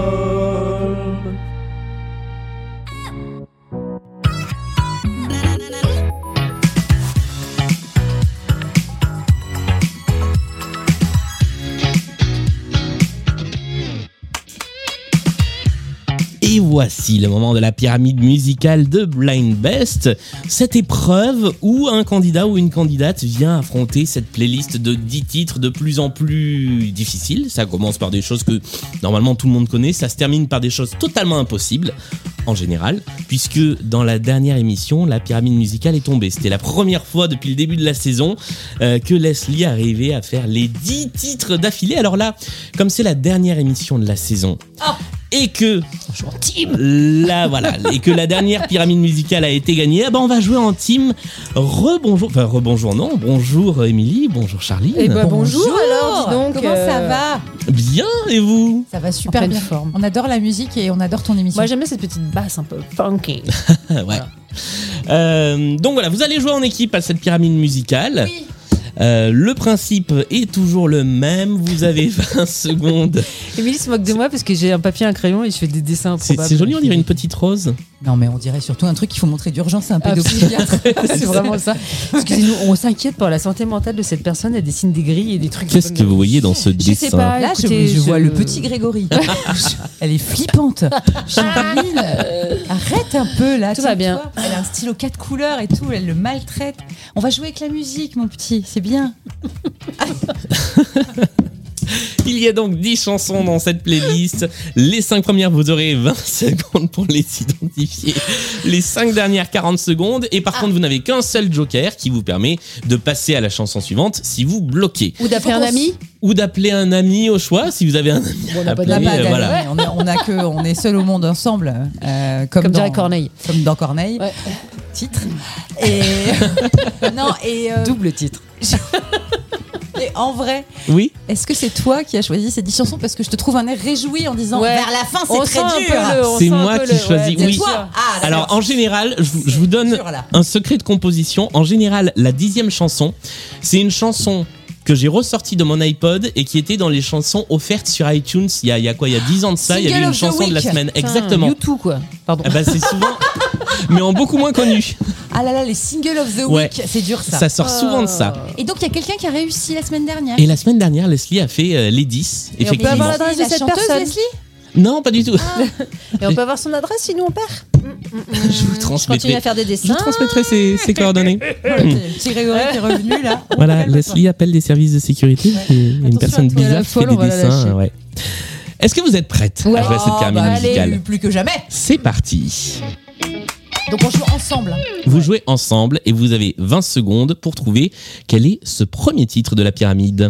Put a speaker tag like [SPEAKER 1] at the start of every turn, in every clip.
[SPEAKER 1] Microstodome.
[SPEAKER 2] Et voici le moment de la pyramide musicale de Blind Best, cette épreuve où un candidat ou une candidate vient affronter cette playlist de 10 titres de plus en plus difficiles. Ça commence par des choses que normalement tout le monde connaît, ça se termine par des choses totalement impossibles en général, puisque dans la dernière émission, la pyramide musicale est tombée. C'était la première fois depuis le début de la saison euh, que Leslie arrivait à faire les 10 titres d'affilée. Alors là, comme c'est la dernière émission de la saison, et que Là, voilà, et que la dernière pyramide musicale a été gagnée, eh ben on va jouer en team. Rebonjour, enfin rebonjour non, bonjour Émilie, bonjour Charline.
[SPEAKER 3] Eh ben, bonjour, alors, dis donc. euh,
[SPEAKER 4] Comment ça va
[SPEAKER 2] Bien et vous
[SPEAKER 4] Ça va super bien.
[SPEAKER 3] forme.
[SPEAKER 4] On adore la musique et on adore ton émission.
[SPEAKER 3] Moi j'aime bien cette petite basse un peu funky.
[SPEAKER 2] Ah, Ouais. Euh, donc voilà, vous allez jouer en équipe à cette pyramide musicale.
[SPEAKER 4] Oui.
[SPEAKER 2] Euh, le principe est toujours le même, vous avez 20 secondes.
[SPEAKER 3] Émilie se moque de moi parce que j'ai un papier, un crayon et je fais des dessins
[SPEAKER 2] C'est
[SPEAKER 3] improbables.
[SPEAKER 2] c'est joli, on dirait une petite rose.
[SPEAKER 4] Non, mais on dirait surtout un truc qu'il faut montrer d'urgence à un
[SPEAKER 3] Ah,
[SPEAKER 4] pédopsychiatre.
[SPEAKER 3] C'est vraiment ça. Excusez-nous, on s'inquiète pour la santé mentale de cette personne. Elle dessine des grilles et des trucs.
[SPEAKER 2] Qu'est-ce que vous voyez dans ce
[SPEAKER 3] Je
[SPEAKER 2] dessin
[SPEAKER 3] sais pas.
[SPEAKER 4] Là, je,
[SPEAKER 3] écoutez,
[SPEAKER 4] je vois le petit Grégory. Elle est flippante.
[SPEAKER 3] Ah,
[SPEAKER 4] Charline,
[SPEAKER 3] Euh,
[SPEAKER 4] arrête un peu là.
[SPEAKER 3] Tout va bien.
[SPEAKER 4] tiens-toi. Elle a un stylo quatre couleurs et tout. Elle le maltraite. On va jouer avec la musique, mon petit. C'est bien.
[SPEAKER 2] Il y a donc 10 chansons dans cette playlist. Les 5 premières, vous aurez 20 secondes pour les identifier. Les 5 dernières, 40 secondes. Et
[SPEAKER 4] Ah.
[SPEAKER 2] par contre, vous n'avez qu'un seul joker qui vous permet de passer à la chanson suivante si vous bloquez.
[SPEAKER 5] Ou d'appeler un ami
[SPEAKER 2] Ou d'appeler un ami au choix si vous avez un ami.
[SPEAKER 3] Bon, on
[SPEAKER 2] à
[SPEAKER 3] n'a pas
[SPEAKER 2] appeler,
[SPEAKER 4] On
[SPEAKER 3] d'amis,
[SPEAKER 4] n'a pas
[SPEAKER 2] euh,
[SPEAKER 4] d'amis,
[SPEAKER 2] voilà.
[SPEAKER 4] on, est- on a que, on est seul au monde ensemble, euh, comme,
[SPEAKER 3] Comme
[SPEAKER 4] dans,
[SPEAKER 3] dirait Corneille.
[SPEAKER 4] comme dans Corneille,
[SPEAKER 5] Ouais.
[SPEAKER 4] titre. Et non, et, euh,
[SPEAKER 3] Double titre.
[SPEAKER 4] et en vrai,
[SPEAKER 2] Oui.
[SPEAKER 4] Est-ce que c'est toi qui as choisi ces 10 chansons Parce que je te trouve un air réjoui en disant
[SPEAKER 3] Ouais.
[SPEAKER 4] vers la fin
[SPEAKER 3] On
[SPEAKER 4] c'est
[SPEAKER 3] sent un
[SPEAKER 4] très dur.
[SPEAKER 3] peu le- on
[SPEAKER 2] C'est
[SPEAKER 3] sent un
[SPEAKER 2] moi
[SPEAKER 3] peu
[SPEAKER 2] qui
[SPEAKER 3] le-
[SPEAKER 2] choisis,
[SPEAKER 3] ouais,
[SPEAKER 2] oui.
[SPEAKER 4] C'est toi Ah,
[SPEAKER 2] Alors
[SPEAKER 4] d'accord.
[SPEAKER 2] en général, je, vous- je vous donne
[SPEAKER 4] Dur, là.
[SPEAKER 2] un secret de composition. En général, la dixième chanson, c'est une chanson que j'ai ressortie de mon iPod et qui était dans les chansons offertes sur iTunes il y a, il y a quoi Il y a 10 ans de ça, il y
[SPEAKER 4] Single
[SPEAKER 2] avait une
[SPEAKER 4] of the
[SPEAKER 2] chanson de la
[SPEAKER 4] week.
[SPEAKER 2] semaine.
[SPEAKER 3] Putain,
[SPEAKER 2] Exactement.
[SPEAKER 3] YouTube quoi. Pardon.
[SPEAKER 2] Ah bah, c'est souvent, mais en beaucoup moins connu.
[SPEAKER 4] Ah là là, les singles of the
[SPEAKER 2] Ouais.
[SPEAKER 4] week, c'est dur ça.
[SPEAKER 2] Ça sort souvent de ça.
[SPEAKER 3] Oh.
[SPEAKER 4] Et donc il y a quelqu'un qui a réussi la semaine dernière.
[SPEAKER 2] Et la semaine dernière, Leslie a fait euh, les 10,
[SPEAKER 3] Et on peut
[SPEAKER 2] effectivement.
[SPEAKER 3] avoir Ah. l'adresse de
[SPEAKER 4] La
[SPEAKER 3] cette
[SPEAKER 4] chanteuse,
[SPEAKER 3] personne.
[SPEAKER 4] Leslie
[SPEAKER 2] Non, pas du tout.
[SPEAKER 3] Et on peut avoir son adresse sinon on perd.
[SPEAKER 2] Je vous
[SPEAKER 5] Je continue à
[SPEAKER 2] transmettrai.
[SPEAKER 5] faire des
[SPEAKER 2] Je vous
[SPEAKER 5] dessins.
[SPEAKER 2] transmettrai ses, ses coordonnées.
[SPEAKER 4] Le petit Grégory euh, qui est revenu là.
[SPEAKER 2] Voilà,
[SPEAKER 4] Calme-toi.
[SPEAKER 2] Leslie appelle des services de sécurité. Il y a une
[SPEAKER 3] Attention
[SPEAKER 2] personne
[SPEAKER 3] à toi,
[SPEAKER 2] bizarre
[SPEAKER 3] la
[SPEAKER 2] qui fait
[SPEAKER 3] folle,
[SPEAKER 2] des
[SPEAKER 3] on va la lâcher.
[SPEAKER 2] dessins. ouais. Est-ce que vous êtes prête à jouer à cette
[SPEAKER 4] Oh,
[SPEAKER 2] pyramide
[SPEAKER 4] bah, allez,
[SPEAKER 2] musicale
[SPEAKER 4] plus que jamais.
[SPEAKER 2] C'est parti.
[SPEAKER 4] Donc on joue ensemble.
[SPEAKER 2] Vous jouez ensemble et vous avez 20 secondes pour trouver quel est ce premier titre de la pyramide.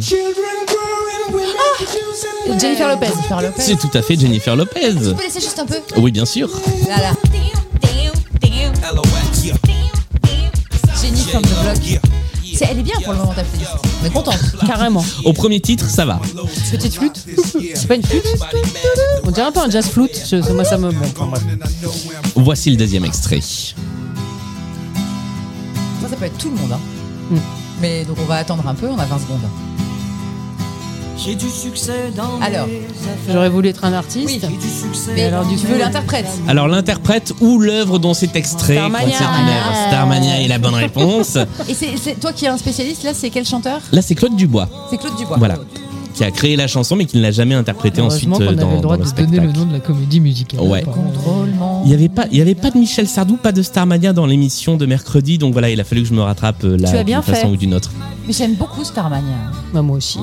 [SPEAKER 5] Jennifer Lopez.
[SPEAKER 4] Jennifer Lopez.
[SPEAKER 2] C'est tout à fait Jennifer Lopez.
[SPEAKER 5] Tu peux laisser juste un peu
[SPEAKER 2] Oui, bien sûr.
[SPEAKER 4] Là, là. Jennifer from the block. C'est- Elle est bien pour le moment ta playlist. On est contente.
[SPEAKER 3] Carrément.
[SPEAKER 2] Au premier titre, ça va.
[SPEAKER 3] Petite flûte. C'est pas une flûte. On dirait un peu un jazz flûte. Je- moi ça me. bon, enfin, bref.
[SPEAKER 2] Voici le deuxième extrait.
[SPEAKER 4] Ça, ça peut être tout le monde. hein.
[SPEAKER 2] Mm.
[SPEAKER 4] Mais donc on va attendre un peu, on a 20 secondes.
[SPEAKER 6] J'ai du succès dans
[SPEAKER 4] Alors.
[SPEAKER 6] mes affaires.
[SPEAKER 3] J'aurais voulu être un artiste.
[SPEAKER 6] J'ai du succès
[SPEAKER 4] Mais
[SPEAKER 3] alors, du
[SPEAKER 4] tu
[SPEAKER 3] coup-
[SPEAKER 4] veux l'interprète
[SPEAKER 2] Alors l'interprète ou l'œuvre dont c'est extrait
[SPEAKER 3] Starmania.
[SPEAKER 2] concerne une œuvre. Starmania est la bonne réponse.
[SPEAKER 4] Et c'est c'est- toi qui es un spécialiste, là, c'est quel chanteur
[SPEAKER 2] Là, c'est Claude Dubois
[SPEAKER 4] C'est Claude Dubois.
[SPEAKER 2] Voilà. qui a créé la chanson mais qui ne l'a jamais interprétée ensuite
[SPEAKER 3] Heureusement qu'on
[SPEAKER 2] euh,
[SPEAKER 3] avait
[SPEAKER 2] dans,
[SPEAKER 3] le droit
[SPEAKER 2] dans
[SPEAKER 3] de
[SPEAKER 2] le
[SPEAKER 3] donner le
[SPEAKER 2] spectacle.
[SPEAKER 3] nom de la comédie musicale.
[SPEAKER 2] Ouais.
[SPEAKER 4] Drôlement.
[SPEAKER 2] Il n'y avait, pas- il y avait pas de Michel Sardou, pas de Starmania dans l'émission de mercredi, donc voilà, il a fallu que je me rattrape euh,
[SPEAKER 3] Tu
[SPEAKER 2] là
[SPEAKER 3] as bien
[SPEAKER 2] d'une façon
[SPEAKER 3] fait.
[SPEAKER 2] ou d'une autre.
[SPEAKER 4] Mais j'aime beaucoup Starmania.
[SPEAKER 3] Bah, moi aussi.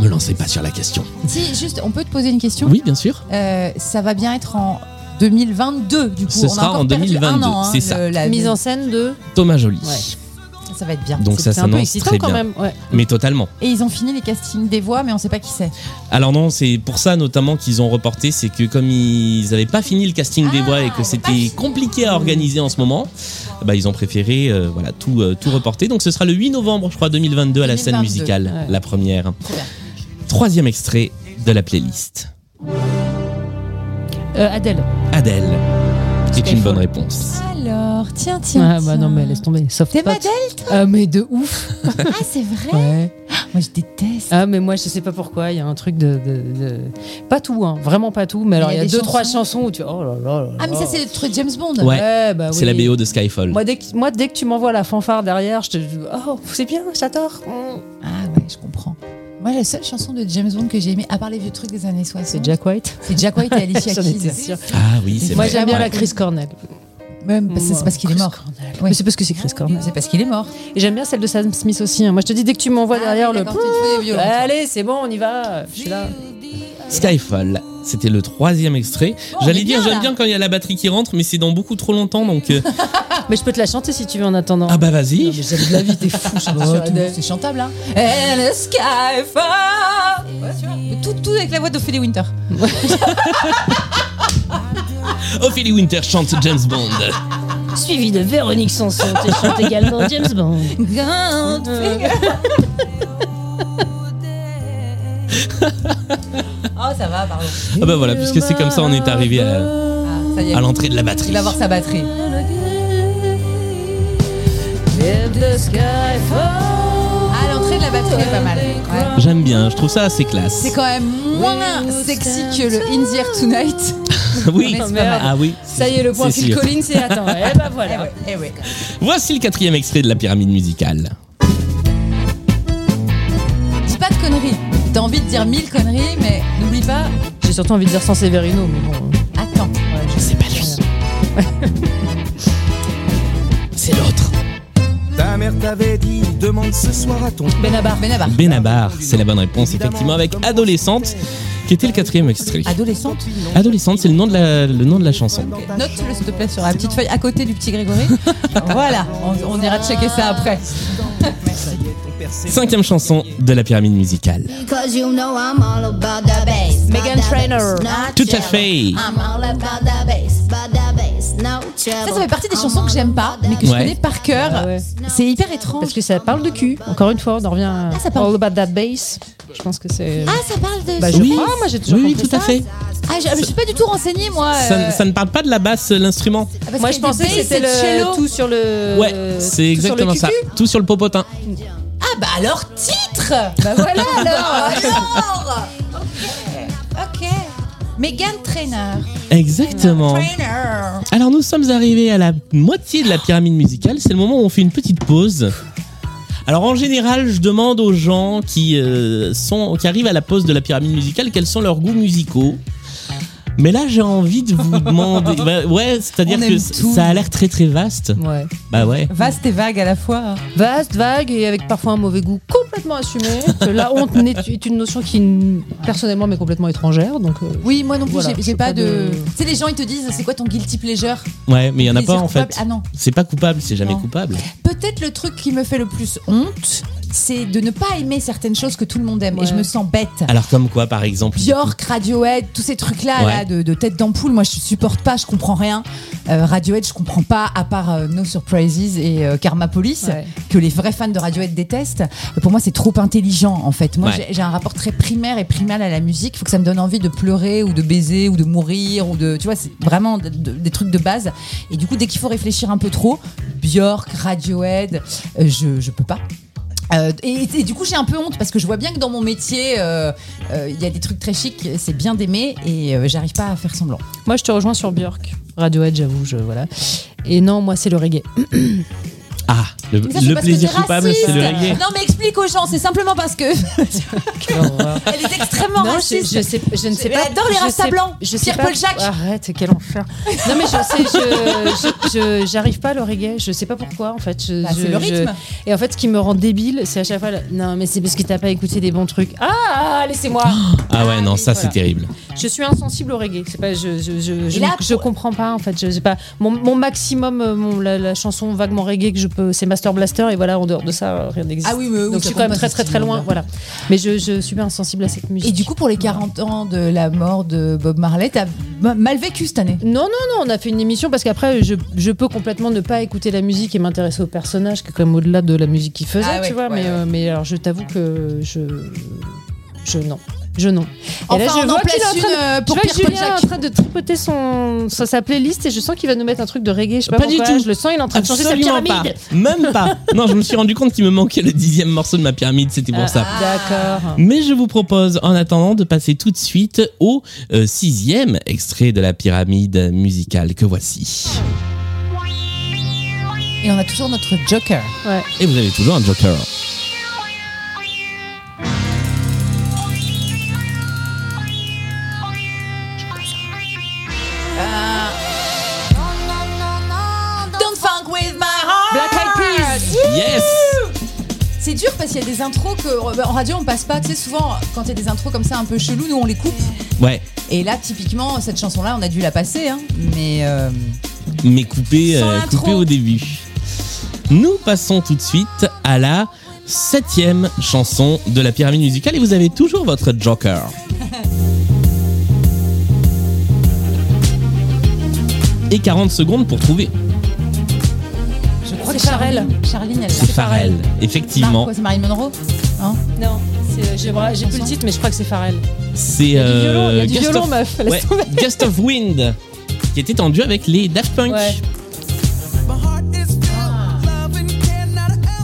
[SPEAKER 2] Me lancez pas sur la question.
[SPEAKER 4] Si, juste, on peut te poser une question
[SPEAKER 2] Oui, bien sûr.
[SPEAKER 4] Euh, Ça va bien être en 2022, du coup.
[SPEAKER 2] Ce
[SPEAKER 4] on a
[SPEAKER 2] sera
[SPEAKER 4] encore
[SPEAKER 2] en
[SPEAKER 4] perdu
[SPEAKER 2] 2022,
[SPEAKER 4] un an, hein,
[SPEAKER 2] c'est ça.
[SPEAKER 4] de la
[SPEAKER 3] Mise en scène de.
[SPEAKER 2] Thomas Joly.
[SPEAKER 3] Ouais.
[SPEAKER 4] Ça va être bien.
[SPEAKER 2] Donc
[SPEAKER 3] C'est-
[SPEAKER 2] ça
[SPEAKER 3] c'est un peu
[SPEAKER 2] s'annonce
[SPEAKER 3] excitant
[SPEAKER 2] très
[SPEAKER 3] quand
[SPEAKER 2] bien.
[SPEAKER 3] même. Ouais.
[SPEAKER 2] Mais totalement.
[SPEAKER 4] Et ils ont fini les castings des voix, mais on sait pas qui c'est.
[SPEAKER 2] Alors non, c'est pour ça notamment qu'ils ont reporté, c'est que comme ils n'avaient pas fini le casting des
[SPEAKER 4] Ah,
[SPEAKER 2] voix et que
[SPEAKER 3] bah,
[SPEAKER 4] pas
[SPEAKER 2] c'était
[SPEAKER 4] fini.
[SPEAKER 2] compliqué à organiser en ce moment, bah ils ont préféré euh, voilà tout euh, tout reporter. Donc ce sera le 8 novembre, je crois, 2022 à la scène
[SPEAKER 4] 2022,
[SPEAKER 2] musicale,
[SPEAKER 3] ouais.
[SPEAKER 2] la première.
[SPEAKER 4] Trop bien.
[SPEAKER 2] Troisième extrait de la playlist.
[SPEAKER 3] Euh, Adèle.
[SPEAKER 2] Adèle. C'est une
[SPEAKER 3] Skyfall.
[SPEAKER 2] bonne réponse.
[SPEAKER 4] Alors, tiens, tiens.
[SPEAKER 3] Ah bah
[SPEAKER 4] tiens.
[SPEAKER 3] non mais laisse tomber. Sauf
[SPEAKER 4] T'aimes
[SPEAKER 3] pas.
[SPEAKER 4] Adèle
[SPEAKER 3] Ah mais de ouf.
[SPEAKER 4] Ah, c'est vrai
[SPEAKER 3] Ouais.
[SPEAKER 7] Moi, je déteste.
[SPEAKER 3] Ah, mais moi, je sais pas pourquoi. Il y a un truc de. de- de- Pas tout, hein. Vraiment pas tout. Mais alors, il y a,
[SPEAKER 4] des
[SPEAKER 3] deux,
[SPEAKER 4] chansons.
[SPEAKER 3] trois chansons où tu. Oh là là. là
[SPEAKER 4] Ah, mais
[SPEAKER 3] là.
[SPEAKER 4] ça, c'est le truc James Bond.
[SPEAKER 2] Ouais.
[SPEAKER 3] Ouais, bah
[SPEAKER 2] C'est la
[SPEAKER 3] oui.
[SPEAKER 2] BO de Skyfall.
[SPEAKER 3] Moi dès, que, moi, dès que tu m'envoies la fanfare derrière, je te dis Oh, c'est bien, j'adore.
[SPEAKER 7] Ah,
[SPEAKER 4] Ouais, je comprends. Moi, la seule chanson de James Bond que j'ai aimée, à part les vieux trucs des années 60, c'est Jack,
[SPEAKER 3] White.
[SPEAKER 4] White et Alicia
[SPEAKER 3] J'en étais
[SPEAKER 4] Keys.
[SPEAKER 3] sûre.
[SPEAKER 2] Ah oui, c'est
[SPEAKER 3] Moi,
[SPEAKER 2] vrai.
[SPEAKER 3] j'aime bien
[SPEAKER 2] Ouais.
[SPEAKER 3] la Chris Cornell.
[SPEAKER 4] Même parce- c'est parce qu'il est
[SPEAKER 3] Chris
[SPEAKER 4] mort.
[SPEAKER 3] Cornell.
[SPEAKER 4] Oui.
[SPEAKER 3] Mais c'est parce que c'est Chris Cornell.
[SPEAKER 4] C'est parce qu'il est mort.
[SPEAKER 3] Et j'aime bien celle de Sam Smith aussi. hein. Moi, je te dis, dès que tu m'envoies derrière le. Bah, Allez, c'est bon, on y va. Je suis là.
[SPEAKER 2] Skyfall, c'était le troisième extrait.
[SPEAKER 3] Oh,
[SPEAKER 4] on
[SPEAKER 2] J'allais
[SPEAKER 4] est
[SPEAKER 2] dire,
[SPEAKER 4] bien,
[SPEAKER 2] j'aime
[SPEAKER 4] là.
[SPEAKER 2] bien quand il y a la batterie qui rentre, mais c'est dans beaucoup trop longtemps, donc...
[SPEAKER 3] Oh.
[SPEAKER 2] euh,
[SPEAKER 3] Mais je peux te la chanter si tu veux en attendant.
[SPEAKER 2] ah bah vas-y
[SPEAKER 4] J'aime de la vie, t'es fou. je-
[SPEAKER 7] Oh, tout,
[SPEAKER 4] C'est chantable, hein. And the sky fall. Ouais, tu vois. Mais tout, tout avec la voix d'Ophélie Winter.
[SPEAKER 2] Ophélie Winter chante James Bond. Ah
[SPEAKER 3] Suivi de Véronique Sanson qui chante également James Bond.
[SPEAKER 4] Goldfinger. oh, ça va, pardon.
[SPEAKER 2] Ah bah voilà, puisque c'est comme ça, on est arrivé à,
[SPEAKER 4] Ah, ça y est.
[SPEAKER 2] à l'entrée de la
[SPEAKER 4] Il
[SPEAKER 2] batterie.
[SPEAKER 4] va avoir sa batterie. Ah, l'entrée de la batterie est pas mal. Ouais.
[SPEAKER 2] J'aime bien, je trouve ça assez classe.
[SPEAKER 4] C'est quand même moins sexy que le In the Air Tonight.
[SPEAKER 2] Oui,
[SPEAKER 4] Mais c'est
[SPEAKER 3] pas mal.
[SPEAKER 2] ah oui.
[SPEAKER 3] Ça y est, le point
[SPEAKER 2] C'est
[SPEAKER 3] Phil
[SPEAKER 2] sûr.
[SPEAKER 3] Collins, c'est attends. Eh bah voilà.
[SPEAKER 4] Eh ouais.
[SPEAKER 2] Voici le quatrième extrait de la pyramide musicale.
[SPEAKER 4] Dis pas de conneries. T'as envie de dire mille conneries, mais n'oublie pas.
[SPEAKER 3] J'ai surtout envie de dire sans Severino, mais bon. euh,
[SPEAKER 4] Attends.
[SPEAKER 2] C'est pas lui. C'est l'autre.
[SPEAKER 1] Ta mère t'avait dit, demande ce soir à ton
[SPEAKER 4] Benabar. Benabar.
[SPEAKER 2] Benabar, c'est la bonne réponse, effectivement, avec Adolescente, qui était le quatrième extrait.
[SPEAKER 4] Adolescente.
[SPEAKER 2] Adolescente, c'est le nom de la, le nom de la chanson.
[SPEAKER 4] Note-le, s'il te plaît, sur la petite feuille à côté du petit Grégory. voilà. On, on ira checker ça après.
[SPEAKER 2] Cinquième chanson de la pyramide musicale.
[SPEAKER 8] Cause you know I'm all about the bass.
[SPEAKER 3] Meghan Trainor.
[SPEAKER 2] Tout à fait.
[SPEAKER 8] I'm all about the bass, but the bass, no trouble.
[SPEAKER 4] Ça, ça fait partie des chansons que j'aime pas, mais que je
[SPEAKER 2] Ouais.
[SPEAKER 4] connais par cœur.
[SPEAKER 3] Ah ouais.
[SPEAKER 4] C'est hyper étrange.
[SPEAKER 3] Parce que ça parle de cul. Encore une fois, on en revient à
[SPEAKER 4] ça parle-
[SPEAKER 3] All About That Bass. Je pense que c'est.
[SPEAKER 4] Ah, ça parle de.
[SPEAKER 3] Bah, je
[SPEAKER 2] Oui,
[SPEAKER 3] crois, moi j'ai toujours
[SPEAKER 2] oui, oui,
[SPEAKER 3] compris
[SPEAKER 2] tout à
[SPEAKER 3] ça.
[SPEAKER 2] fait.
[SPEAKER 4] Ah, je, je suis pas du tout renseignée, moi.
[SPEAKER 2] Ça,
[SPEAKER 4] euh,
[SPEAKER 2] ça ne parle pas de la basse, l'instrument.
[SPEAKER 4] ah, parce
[SPEAKER 3] Moi
[SPEAKER 4] que
[SPEAKER 3] je
[SPEAKER 4] des
[SPEAKER 3] pensais que
[SPEAKER 4] basses
[SPEAKER 3] c'était
[SPEAKER 4] et
[SPEAKER 3] le
[SPEAKER 4] cello.
[SPEAKER 3] tout sur le.
[SPEAKER 2] Ouais, c'est
[SPEAKER 3] tout Euh, sur le
[SPEAKER 2] exactement ça.
[SPEAKER 3] cucu.
[SPEAKER 2] Tout sur le popotin.
[SPEAKER 4] Ah, bah alors, titre Bah voilà, alors Alors Ok. Ok. Megan Trainer.
[SPEAKER 2] Exactement.
[SPEAKER 4] Trainer.
[SPEAKER 2] Alors nous sommes arrivés à la moitié de la pyramide musicale, c'est le moment où on fait une petite pause. Alors en général, je demande aux gens qui euh, sont qui arrivent à la pause de la pyramide musicale quels sont leurs goûts musicaux. Mais là, j'ai envie de vous demander Bah, ouais, c'est-à-dire
[SPEAKER 4] On
[SPEAKER 2] que
[SPEAKER 4] aime
[SPEAKER 2] c-
[SPEAKER 4] tout.
[SPEAKER 2] ça a l'air très très vaste.
[SPEAKER 3] Ouais.
[SPEAKER 2] Bah ouais.
[SPEAKER 4] Vaste et vague à la fois.
[SPEAKER 3] Vaste, vague et avec parfois un mauvais goût complètement assumé. Que la honte n'est- est une notion qui, n- personnellement, m'est complètement étrangère. Donc, euh,
[SPEAKER 4] Oui, moi non plus,
[SPEAKER 3] Voilà,
[SPEAKER 4] j'ai-
[SPEAKER 3] c'est
[SPEAKER 4] j'ai pas,
[SPEAKER 3] pas
[SPEAKER 4] de.
[SPEAKER 3] de-
[SPEAKER 4] Tu sais, les gens, ils te disent, c'est quoi ton guilty pleasure
[SPEAKER 2] Ouais, mais il y en a
[SPEAKER 4] Plaisir
[SPEAKER 2] pas en
[SPEAKER 4] coupable
[SPEAKER 2] fait.
[SPEAKER 4] Ah non.
[SPEAKER 2] C'est pas coupable, c'est jamais
[SPEAKER 4] Non.
[SPEAKER 2] coupable.
[SPEAKER 4] Peut-être le truc qui me fait le plus honte, c'est de ne pas aimer certaines choses que tout le monde aime. Et
[SPEAKER 3] Ouais.
[SPEAKER 4] je me sens bête.
[SPEAKER 2] Alors comme quoi par exemple
[SPEAKER 4] Bjork, Radiohead, tous ces trucs-là
[SPEAKER 2] Ouais.
[SPEAKER 4] là, de, de tête d'ampoule, moi je supporte pas, je comprends rien. Euh, Radiohead, je comprends pas, à part euh, No Surprises et euh, Karma Police,
[SPEAKER 3] Ouais.
[SPEAKER 4] que les vrais fans de Radiohead détestent. Euh, Pour moi, c'est trop intelligent en fait. Moi,
[SPEAKER 2] Ouais.
[SPEAKER 4] j'ai- j'ai un rapport très primaire et primal à la musique. Il faut que ça me donne envie de pleurer ou de baiser ou de mourir ou de. Tu vois, c'est vraiment de- de- des trucs de base. Et du coup, dès qu'il faut réfléchir un peu trop, Bjork, Radiohead, euh, je, je peux pas. Euh, et, et du coup, j'ai un peu honte parce que je vois bien que dans mon métier, euh, euh, il y a des trucs très chics, c'est bien d'aimer et euh, j'arrive pas à faire semblant.
[SPEAKER 3] moi, je te rejoins sur Björk. Radiohead, j'avoue, je, voilà. Et non, moi, c'est le reggae.
[SPEAKER 2] Ah, le,
[SPEAKER 4] Mais ça, c'est
[SPEAKER 2] le
[SPEAKER 4] parce que
[SPEAKER 2] plaisir
[SPEAKER 4] t'es
[SPEAKER 2] coupable c'est le
[SPEAKER 4] raciste.
[SPEAKER 2] reggae.
[SPEAKER 4] Non, mais explique aux gens, c'est simplement parce que elle est extrêmement
[SPEAKER 3] Non, je,
[SPEAKER 4] raciste.
[SPEAKER 3] je sais, je ne sais
[SPEAKER 4] Mais
[SPEAKER 3] pas.
[SPEAKER 4] elle adore les
[SPEAKER 3] je
[SPEAKER 4] Rasta
[SPEAKER 3] sais-
[SPEAKER 4] blancs.
[SPEAKER 3] Je sais
[SPEAKER 4] Pierre-Paul
[SPEAKER 3] pas-
[SPEAKER 4] Jacques.
[SPEAKER 3] Arrête, quel enfer. non mais je sais, je- je je- j'arrive pas à le reggae. Je sais pas pourquoi en fait. Je-
[SPEAKER 4] Bah,
[SPEAKER 3] je-
[SPEAKER 4] c'est le
[SPEAKER 3] je-
[SPEAKER 4] rythme.
[SPEAKER 3] Et en fait, ce qui me rend débile, c'est à chaque fois. le- Non mais c'est parce que t'as pas écouté des bons trucs. Ah, laissez-moi.
[SPEAKER 2] Ah ouais, non, ça c'est
[SPEAKER 3] Voilà.
[SPEAKER 2] terrible.
[SPEAKER 3] Je suis insensible au reggae. C'est pas. Je je je, je,
[SPEAKER 4] Et là,
[SPEAKER 3] je comprends pas en fait. Je sais pas. Mon, mon maximum, euh, mon- la, la chanson vaguement reggae que je peux, c'est Master Blaster et voilà. En dehors de ça, euh, rien n'existe.
[SPEAKER 4] Ah oui, mais oui,
[SPEAKER 3] Donc
[SPEAKER 4] ça
[SPEAKER 3] je suis quand même
[SPEAKER 4] compte pas
[SPEAKER 3] très
[SPEAKER 4] ce
[SPEAKER 3] très très loin.
[SPEAKER 4] style-là.
[SPEAKER 3] Voilà. Mais je, je suis pas insensible à cette musique.
[SPEAKER 4] Et du coup, pour les 40 ans de la mort de Bob Marley, t'as ma- mal vécu cette année.
[SPEAKER 3] Non, non, non, on a fait une émission parce qu'après, je, je peux complètement ne pas écouter la musique et m'intéresser au personnage, qui est quand même au-delà de la musique qu'il faisait,
[SPEAKER 4] Ah ouais,
[SPEAKER 3] tu vois.
[SPEAKER 4] ouais,
[SPEAKER 3] euh, mais, euh, mais
[SPEAKER 4] ouais.
[SPEAKER 3] alors, je t'avoue que je. Je. Non. Je non.
[SPEAKER 4] Enfin,
[SPEAKER 3] et là, je
[SPEAKER 4] on en
[SPEAKER 3] vois qu'il est
[SPEAKER 4] place
[SPEAKER 3] en train
[SPEAKER 4] une,
[SPEAKER 3] de,
[SPEAKER 4] euh, pour
[SPEAKER 3] je vois que
[SPEAKER 4] Pierre
[SPEAKER 3] Julien est en
[SPEAKER 4] Poljac.
[SPEAKER 3] train de tripoter son, sa, sa playlist et je sens qu'il va nous mettre un truc de reggae. Je sais pas,
[SPEAKER 2] Pas du
[SPEAKER 3] pourquoi,
[SPEAKER 2] tout.
[SPEAKER 3] Je le sens, il est en train de changer sa
[SPEAKER 2] Absolument pas.
[SPEAKER 3] pyramide.
[SPEAKER 2] Même pas. Non, je me suis rendu compte qu'il me manquait le dixième morceau de ma pyramide, c'était
[SPEAKER 3] Euh,
[SPEAKER 2] pour ça.
[SPEAKER 3] ah. D'accord.
[SPEAKER 2] Mais je vous propose en attendant de passer tout de suite au euh, sixième extrait de la pyramide musicale que voici.
[SPEAKER 4] Et on a toujours notre Joker.
[SPEAKER 2] Et vous avez toujours un Joker.
[SPEAKER 4] Don't funk with my heart.
[SPEAKER 3] Black Eyed Peas.
[SPEAKER 2] Yes
[SPEAKER 4] C'est dur parce qu'il y a des intros que euh, en radio on passe pas. Tu sais souvent quand il y a des intros comme ça un peu chelou, nous on les coupe.
[SPEAKER 2] Ouais,
[SPEAKER 4] Et là typiquement cette chanson là on a dû la passer. Hein. Mais euh,
[SPEAKER 2] mais coupé,
[SPEAKER 4] Sans
[SPEAKER 2] euh,
[SPEAKER 4] l'intro.
[SPEAKER 2] coupé au début. Nous passons tout de suite à la septième chanson de la pyramide musicale et vous avez toujours votre Joker. Et 40 secondes pour trouver.
[SPEAKER 4] je crois
[SPEAKER 3] C'est
[SPEAKER 4] que Charline, Charline elle.
[SPEAKER 2] C'est Pharrell,
[SPEAKER 4] Non,
[SPEAKER 2] effectivement.
[SPEAKER 4] quoi, c'est Marilyn Monroe
[SPEAKER 3] Non, c'est- euh, j'ai j'ai plus le titre, mais je crois que c'est Pharrell.
[SPEAKER 2] C'est
[SPEAKER 3] Il y a du violon, il y a
[SPEAKER 2] euh,
[SPEAKER 3] du
[SPEAKER 2] Gust
[SPEAKER 3] violon,
[SPEAKER 2] of-
[SPEAKER 3] meuf. laisse
[SPEAKER 2] ouais,
[SPEAKER 3] tomber.
[SPEAKER 2] Gust of Wind qui était tendu avec les Daft Punk.
[SPEAKER 3] Ouais.
[SPEAKER 4] Ah.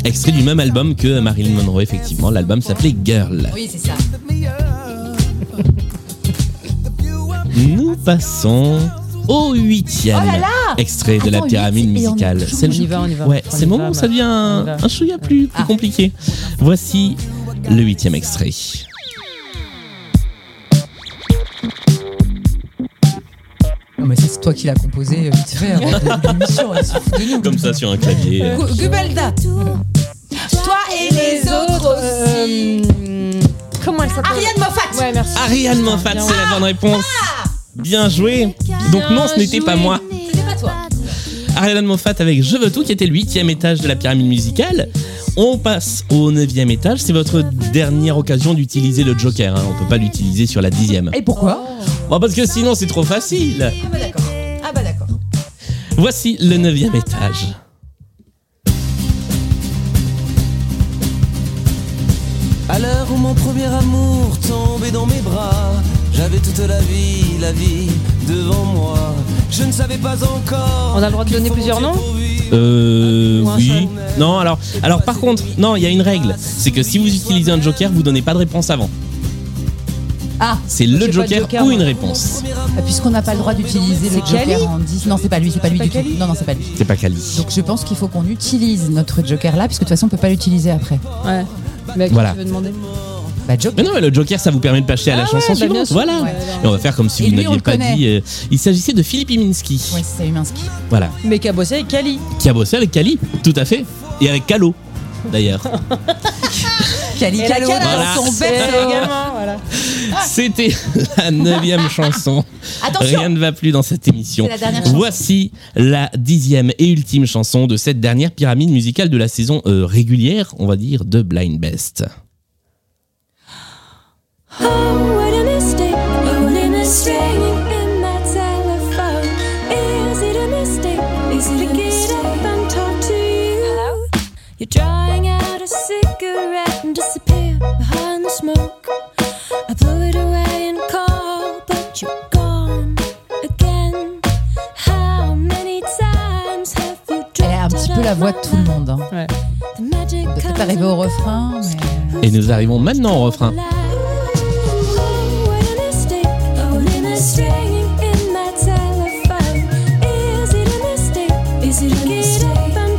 [SPEAKER 2] Extrait du même album que Marilyn Monroe, effectivement. L'album s'appelait Girl.
[SPEAKER 4] Oui c'est ça.
[SPEAKER 2] Nous passons au huitième extrait de la
[SPEAKER 4] Oh Attends,
[SPEAKER 2] pyramide
[SPEAKER 4] huit, et on est
[SPEAKER 2] musicale.
[SPEAKER 4] toujours-
[SPEAKER 2] C'est
[SPEAKER 3] On y va, on y va.
[SPEAKER 2] Ouais,
[SPEAKER 3] On
[SPEAKER 2] c'est
[SPEAKER 3] y
[SPEAKER 2] le
[SPEAKER 3] va,
[SPEAKER 2] moment où ça
[SPEAKER 3] meuf.
[SPEAKER 2] devient
[SPEAKER 3] On y va.
[SPEAKER 2] un chouïa plus, plus
[SPEAKER 4] Ah.
[SPEAKER 2] compliqué. Voici le huitième extrait.
[SPEAKER 4] Non mais ça, c'est toi qui l'as composé euh, vite fait avant de- de l'émission. elle se fout de nous. Euh.
[SPEAKER 2] Comme ça sur un clavier.
[SPEAKER 4] Gu- Gubelda. Toi et les autres aussi.
[SPEAKER 3] Euh, comment elle s'appelle
[SPEAKER 4] Ariane Moffat.
[SPEAKER 3] Ouais, merci.
[SPEAKER 2] Ariane Moffat,
[SPEAKER 3] Bien.
[SPEAKER 2] c'est la bonne réponse.
[SPEAKER 4] Ah.
[SPEAKER 2] Bien joué. Donc non, ce n'était pas
[SPEAKER 3] joué.
[SPEAKER 2] moi.
[SPEAKER 4] C'était pas toi.
[SPEAKER 2] Ariane Moffat avec Je veux tout, qui était le huitième étage de la pyramide musicale. On passe au neuvième étage. C'est votre dernière occasion d'utiliser le Joker. hein. On peut pas l'utiliser sur la dixième.
[SPEAKER 4] Et pourquoi
[SPEAKER 2] Bon, parce que sinon c'est trop facile.
[SPEAKER 4] Oh. Ah bah d'accord. Ah bah d'accord.
[SPEAKER 2] Voici le neuvième étage.
[SPEAKER 1] À l'heure où mon premier amour tombait dans mes bras, j'avais toute la vie, la vie devant moi. Je ne savais pas encore.
[SPEAKER 3] On a le droit de
[SPEAKER 1] qu'il
[SPEAKER 3] donner
[SPEAKER 1] faut
[SPEAKER 3] plusieurs
[SPEAKER 1] monter
[SPEAKER 3] noms
[SPEAKER 1] pour vivre.
[SPEAKER 2] Euh,
[SPEAKER 3] Ou un
[SPEAKER 2] oui.
[SPEAKER 3] seul.
[SPEAKER 2] Non, alors, alors par contre, non, il y a une règle. C'est que si vous utilisez un joker, vous donnez pas de réponse avant.
[SPEAKER 4] Ah.
[SPEAKER 2] C'est le
[SPEAKER 3] J'ai pas de
[SPEAKER 2] joker,
[SPEAKER 3] joker,
[SPEAKER 2] ou
[SPEAKER 3] moi.
[SPEAKER 2] une réponse.
[SPEAKER 4] Ah, Puisqu'on n'a pas le droit d'utiliser le
[SPEAKER 3] C'est Kali
[SPEAKER 4] Joker en 10. Non, c'est pas lui, c'est pas lui
[SPEAKER 3] C'est
[SPEAKER 4] du
[SPEAKER 3] pas
[SPEAKER 4] tout.
[SPEAKER 3] Kali
[SPEAKER 4] Non, non, c'est pas lui.
[SPEAKER 2] C'est pas Cali.
[SPEAKER 4] Donc je pense qu'il faut qu'on utilise notre Joker là, puisque de toute façon on peut pas l'utiliser après.
[SPEAKER 3] Ouais. Mais à qui
[SPEAKER 2] Voilà.
[SPEAKER 3] tu veux demander
[SPEAKER 4] Bah
[SPEAKER 2] Mais
[SPEAKER 4] Joker.
[SPEAKER 2] non, mais le joker, ça vous permet de passer à la
[SPEAKER 3] Ah
[SPEAKER 2] chanson
[SPEAKER 3] ouais, bah bien
[SPEAKER 2] suivante.
[SPEAKER 3] sûr.
[SPEAKER 2] Voilà.
[SPEAKER 3] Ouais,
[SPEAKER 2] Et on va faire comme si
[SPEAKER 4] Et
[SPEAKER 2] vous
[SPEAKER 4] lui, on
[SPEAKER 2] n'aviez
[SPEAKER 4] le
[SPEAKER 2] pas
[SPEAKER 4] connaît.
[SPEAKER 2] dit. euh, il s'agissait de Philippe Iminski.
[SPEAKER 4] Ouais, c'est Huminski.
[SPEAKER 2] Voilà.
[SPEAKER 3] Mais qui a bossé avec Kali.
[SPEAKER 2] Qui a bossé avec Cali, tout à fait. Et avec Calo, d'ailleurs.
[SPEAKER 4] Kali
[SPEAKER 3] Et la
[SPEAKER 4] Kalo
[SPEAKER 3] Kala,
[SPEAKER 4] dans son
[SPEAKER 3] c'est
[SPEAKER 4] berceau.
[SPEAKER 3] également, voilà.
[SPEAKER 2] C'était la neuvième chanson.
[SPEAKER 4] Attention.
[SPEAKER 2] Rien ne va plus dans cette émission.
[SPEAKER 4] C'est la dernière chanson.
[SPEAKER 2] Voici la dixième et ultime chanson de cette dernière pyramide musicale de la saison euh, régulière, on va dire, de Blind Best.
[SPEAKER 9] Oh, You're drawing out a cigarette and disappear behind the smoke. I blew it away and called, but you're gone again. How many times have you
[SPEAKER 4] Elle a un petit peu la voix de tout le monde. hein.
[SPEAKER 9] On
[SPEAKER 4] On
[SPEAKER 9] peut
[SPEAKER 4] doit peut-être arriver au refrain, mais.
[SPEAKER 2] Et nous arrivons maintenant au refrain.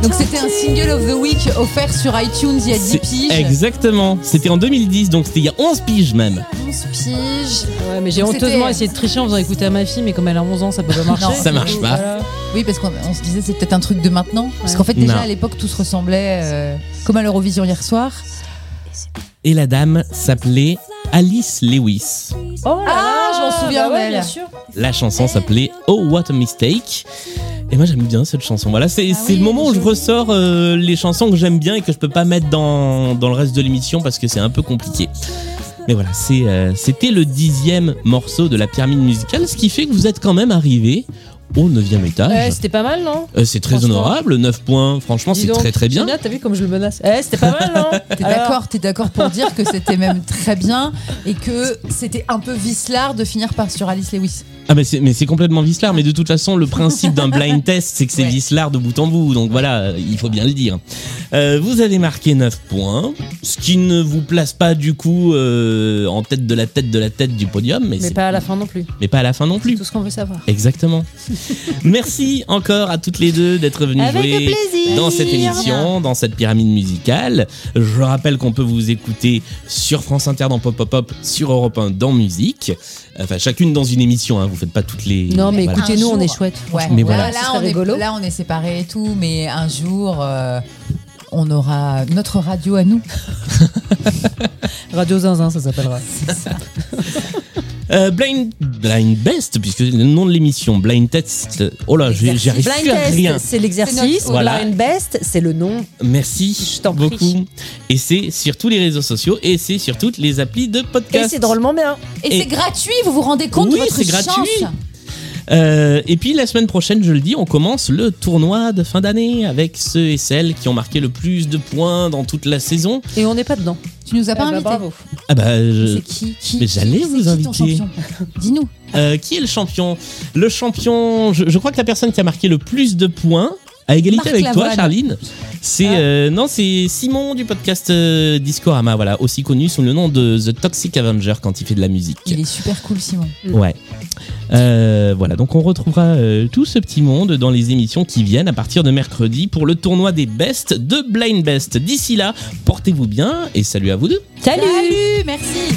[SPEAKER 4] Donc c'était un single of the week offert sur iTunes il y a 10
[SPEAKER 2] C'est-
[SPEAKER 4] piges.
[SPEAKER 2] Exactement. C'était en 2010, donc c'était il y a 11 piges même.
[SPEAKER 4] 11 piges.
[SPEAKER 3] Ouais, mais j'ai
[SPEAKER 4] Donc
[SPEAKER 3] honteusement
[SPEAKER 4] c'était-
[SPEAKER 3] essayé de tricher en faisant écouter à ma fille, mais comme elle a 11 ans, ça peut pas marcher.
[SPEAKER 4] Non,
[SPEAKER 2] Ça marche pas.
[SPEAKER 3] Voilà.
[SPEAKER 4] Oui, parce qu'on on se disait c'est peut-être un truc de maintenant. Parce qu'en fait, déjà
[SPEAKER 2] Non.
[SPEAKER 4] à l'époque, tout se ressemblait euh, comme à l'Eurovision hier soir.
[SPEAKER 2] Et la dame s'appelait Alice Lewis.
[SPEAKER 3] Oh là
[SPEAKER 4] Ah, je m'en
[SPEAKER 3] là,
[SPEAKER 4] souviens
[SPEAKER 3] bah ouais,
[SPEAKER 4] d'elle.
[SPEAKER 3] bien sûr.
[SPEAKER 2] La chanson s'appelait Oh What a Mistake. Et moi j'aime bien cette chanson. Voilà, c'est
[SPEAKER 3] Ah
[SPEAKER 2] c'est
[SPEAKER 4] oui,
[SPEAKER 2] le moment où je
[SPEAKER 4] jolie.
[SPEAKER 2] ressors euh, les chansons que j'aime bien et que je peux pas mettre dans, dans le reste de l'émission parce que c'est un peu compliqué. Mais voilà, c'est, euh, c'était le dixième morceau de la pyramide musicale, ce qui fait que vous êtes quand même arrivé au 9
[SPEAKER 3] Eh,
[SPEAKER 2] étage.
[SPEAKER 3] c'était pas mal, non
[SPEAKER 2] Euh, c'est très
[SPEAKER 3] franchement.
[SPEAKER 2] honorable, 9 points. Franchement,
[SPEAKER 3] Dis
[SPEAKER 2] Ah, c'est
[SPEAKER 3] donc,
[SPEAKER 2] très très bien.
[SPEAKER 3] c'est T'as vu comme je le menace Eh, c'était pas mal, non
[SPEAKER 4] T'es
[SPEAKER 3] Alors,
[SPEAKER 4] d'accord, t'es d'accord pour dire que c'était même très bien et que c'était un peu vicelard de finir par sur Alice Lewis.
[SPEAKER 2] Ah bah c'est- mais c'est complètement Vislar, mais de toute façon le principe d'un blind test c'est que c'est
[SPEAKER 4] Ouais.
[SPEAKER 2] Vislar de bout en bout, donc voilà, euh, il faut bien le dire. Euh, vous avez marqué 9 points, ce qui ne vous place pas du coup euh, en tête de la tête de la tête du podium, mais,
[SPEAKER 3] Mais
[SPEAKER 2] c'est-
[SPEAKER 3] pas à la fin non plus.
[SPEAKER 2] mais pas à la fin non
[SPEAKER 3] C'est
[SPEAKER 2] plus.
[SPEAKER 3] tout ce qu'on veut savoir.
[SPEAKER 2] Exactement. Merci encore à toutes les deux d'être venues
[SPEAKER 3] Avec
[SPEAKER 2] jouer
[SPEAKER 3] plaisir.
[SPEAKER 2] dans cette émission, dans cette pyramide musicale. Je rappelle qu'on peut vous écouter sur France Inter dans Pop Pop Pop, sur Europe 1 dans Musique. Enfin, chacune dans une émission, hein. vous faites pas toutes les...
[SPEAKER 3] Non, mais
[SPEAKER 2] Voilà.
[SPEAKER 3] écoutez-nous,
[SPEAKER 4] Un
[SPEAKER 3] on est
[SPEAKER 4] jour.
[SPEAKER 3] chouette.
[SPEAKER 4] Ouais.
[SPEAKER 2] Mais voilà.
[SPEAKER 4] Là, là,
[SPEAKER 3] Ce
[SPEAKER 4] on
[SPEAKER 3] serait rigolo.
[SPEAKER 4] est, là, on est séparés et tout, mais un jour, euh, on aura notre radio à nous.
[SPEAKER 3] Radio Zinzin, ça s'appellera.
[SPEAKER 2] Euh, blind, blind Best, puisque c'est le nom de l'émission, Blind Test. Oh là, j'ai-
[SPEAKER 4] Exercice.
[SPEAKER 2] j'arrive
[SPEAKER 10] Blind
[SPEAKER 2] plus à rien.
[SPEAKER 10] test, c'est l'exercice.
[SPEAKER 2] notre- Voilà.
[SPEAKER 10] Blind best, c'est le nom.
[SPEAKER 2] Merci
[SPEAKER 10] Je t'en prie.
[SPEAKER 2] beaucoup. Et c'est sur tous les réseaux sociaux et c'est sur toutes les applis de
[SPEAKER 10] Et
[SPEAKER 2] podcast.
[SPEAKER 10] c'est drôlement bien.
[SPEAKER 4] Et,
[SPEAKER 2] Et-
[SPEAKER 4] c'est gratuit, vous vous rendez compte
[SPEAKER 2] Oui,
[SPEAKER 4] de votre
[SPEAKER 2] c'est
[SPEAKER 4] chance
[SPEAKER 2] gratuit. Euh, et puis la semaine prochaine, je le dis, on commence le tournoi de fin d'année avec ceux et celles qui ont marqué le plus de points dans toute la saison.
[SPEAKER 3] Et on n'est pas dedans.
[SPEAKER 4] Tu nous as pas
[SPEAKER 3] Eh bah,
[SPEAKER 10] ben,
[SPEAKER 4] invités.
[SPEAKER 3] bravo.
[SPEAKER 2] Ah bah, je-
[SPEAKER 4] C'est qui, qui
[SPEAKER 2] Mais j'allais
[SPEAKER 4] qui-
[SPEAKER 2] vous
[SPEAKER 4] c'est qui ton
[SPEAKER 2] inviter.
[SPEAKER 4] champion Dis-nous.
[SPEAKER 2] euh, qui est le champion Le champion, je, je crois que la personne qui a marqué le plus de points. À égalité
[SPEAKER 4] Marc
[SPEAKER 2] avec toi,
[SPEAKER 4] Lavoine.
[SPEAKER 2] Charline. C'est
[SPEAKER 3] Ah.
[SPEAKER 2] euh, non, c'est Simon du podcast euh, Discorama, voilà, aussi connu sous le nom de The Toxic Avenger quand il fait de la musique.
[SPEAKER 4] Il est super cool, Simon.
[SPEAKER 2] Ouais. Euh, voilà, donc on retrouvera euh, tout ce petit monde dans les émissions qui viennent à partir de mercredi pour le tournoi des bests de Blind Best. D'ici là, portez-vous bien et salut à vous deux.
[SPEAKER 4] Salut, merci.